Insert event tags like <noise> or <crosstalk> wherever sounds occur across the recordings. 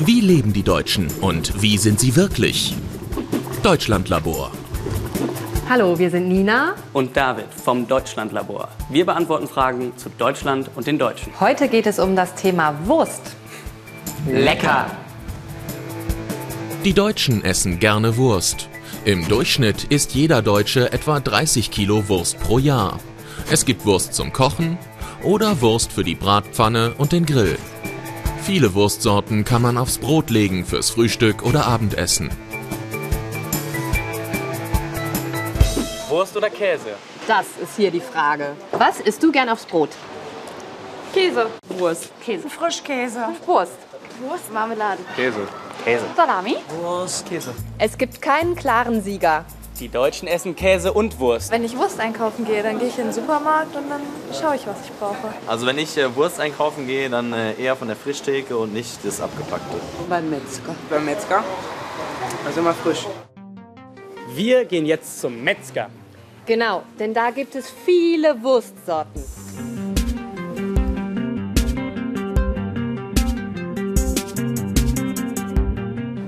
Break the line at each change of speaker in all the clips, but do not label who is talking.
Wie leben die Deutschen und wie sind sie wirklich? Deutschlandlabor.
Hallo, wir sind Nina.
und David vom Deutschlandlabor. Wir beantworten Fragen zu Deutschland und den Deutschen.
Heute geht es um das Thema Wurst.
Lecker!
Die Deutschen essen gerne Wurst. Im Durchschnitt isst jeder Deutsche etwa 30 Kilo Wurst pro Jahr. Es gibt Wurst zum Kochen oder Wurst für die Bratpfanne und den Grill. Viele Wurstsorten kann man aufs Brot legen fürs Frühstück oder Abendessen.
Wurst oder Käse?
Das ist hier die Frage. Was isst du gern aufs Brot?
Käse. Wurst.
Käse.
Frischkäse.
Wurst. Wurst, Marmelade.
Käse. Käse.
Salami.
Wurst, Käse.
Es gibt keinen klaren Sieger.
Die Deutschen essen Käse und Wurst.
Wenn ich Wurst einkaufen gehe, dann gehe ich in den Supermarkt und dann schaue ich, was ich brauche.
Also wenn ich äh, Wurst einkaufen gehe, dann äh, eher von der Frischtheke und nicht das Abgepackte.
beim Metzger. Also immer frisch.
Wir gehen jetzt zum Metzger.
Genau, denn da gibt es viele Wurstsorten.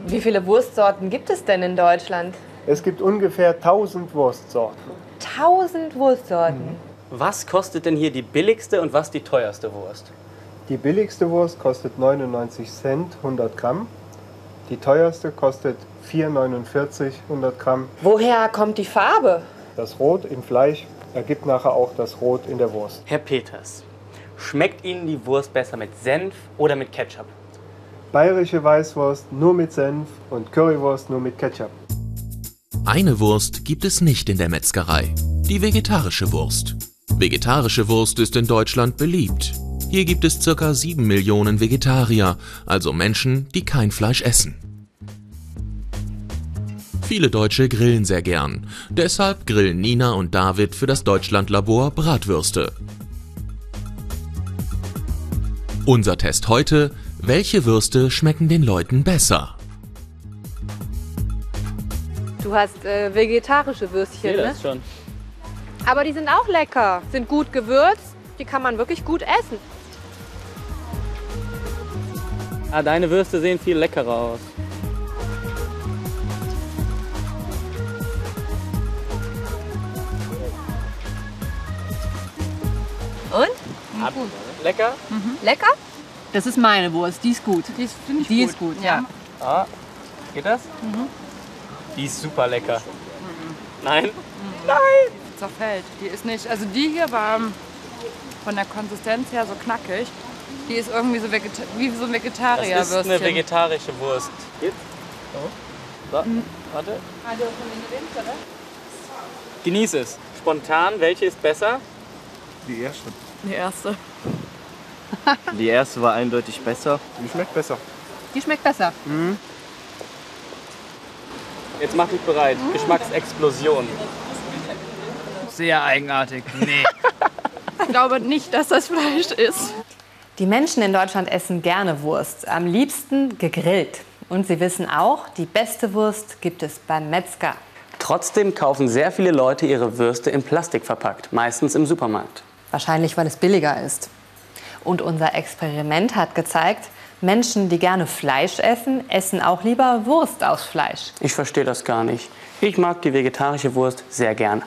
Wie viele Wurstsorten gibt es denn in Deutschland?
Es gibt ungefähr 1000 Wurstsorten.
1000
Hm.
Wurstsorten.
Was kostet denn hier die billigste und was die teuerste Wurst?
Die billigste Wurst kostet 99 Cent 100 Gramm. Die teuerste kostet 4,49 100 Gramm.
Woher kommt die Farbe?
Das Rot im Fleisch ergibt nachher auch das Rot in der Wurst.
Herr Peters, schmeckt Ihnen die Wurst besser mit Senf oder mit Ketchup?
Bayerische Weißwurst nur mit Senf und Currywurst nur mit Ketchup.
Eine Wurst gibt es nicht in der Metzgerei. Die vegetarische Wurst. Vegetarische Wurst ist in Deutschland beliebt. Hier gibt es ca. 7 Millionen Vegetarier, also Menschen, die kein Fleisch essen. Viele Deutsche grillen sehr gern. Deshalb grillen Nina und David für das Deutschlandlabor Bratwürste. Unser Test heute: Welche Würste schmecken den Leuten besser?
Du hast äh, vegetarische Würstchen, ne?
schon.
Aber die sind auch lecker, sind gut gewürzt, die kann man wirklich gut essen.
Ah, deine Würste sehen viel leckerer aus.
Und?
Lecker?
Lecker?
Das ist meine Wurst, die ist gut.
Die ist, finde ich
Die ist gut, ja.
Ah, geht das? Die ist super lecker. Nein?
Zerfällt. Die ist nicht, also die hier war ähm, von der Konsistenz her so knackig. Die ist irgendwie so vegeta wie so ein
Das
Vegetarier
ist eine vegetarische Wurst. Geht's? So. So, Warte. Genieß es. Spontan, welche ist besser?
Die erste.
Die erste.
<laughs> Die erste war eindeutig besser. Mhm.
Die schmeckt besser.
die schmeckt besser.
Jetzt mach dich bereit.
Mhm.
Geschmacksexplosion.
Sehr eigenartig. Nee.
Ich glaube nicht, dass das Fleisch ist.
Die Menschen in Deutschland essen gerne Wurst, am liebsten gegrillt. Und sie wissen auch, die beste Wurst gibt es beim Metzger.
Trotzdem kaufen sehr viele Leute ihre Würste in Plastik verpackt, meistens im Supermarkt.
Wahrscheinlich, weil es billiger ist. Und unser Experiment hat gezeigt, Menschen, die gerne Fleisch essen, essen auch lieber Wurst aus Fleisch.
Ich verstehe das gar nicht. Ich mag die vegetarische Wurst sehr gern,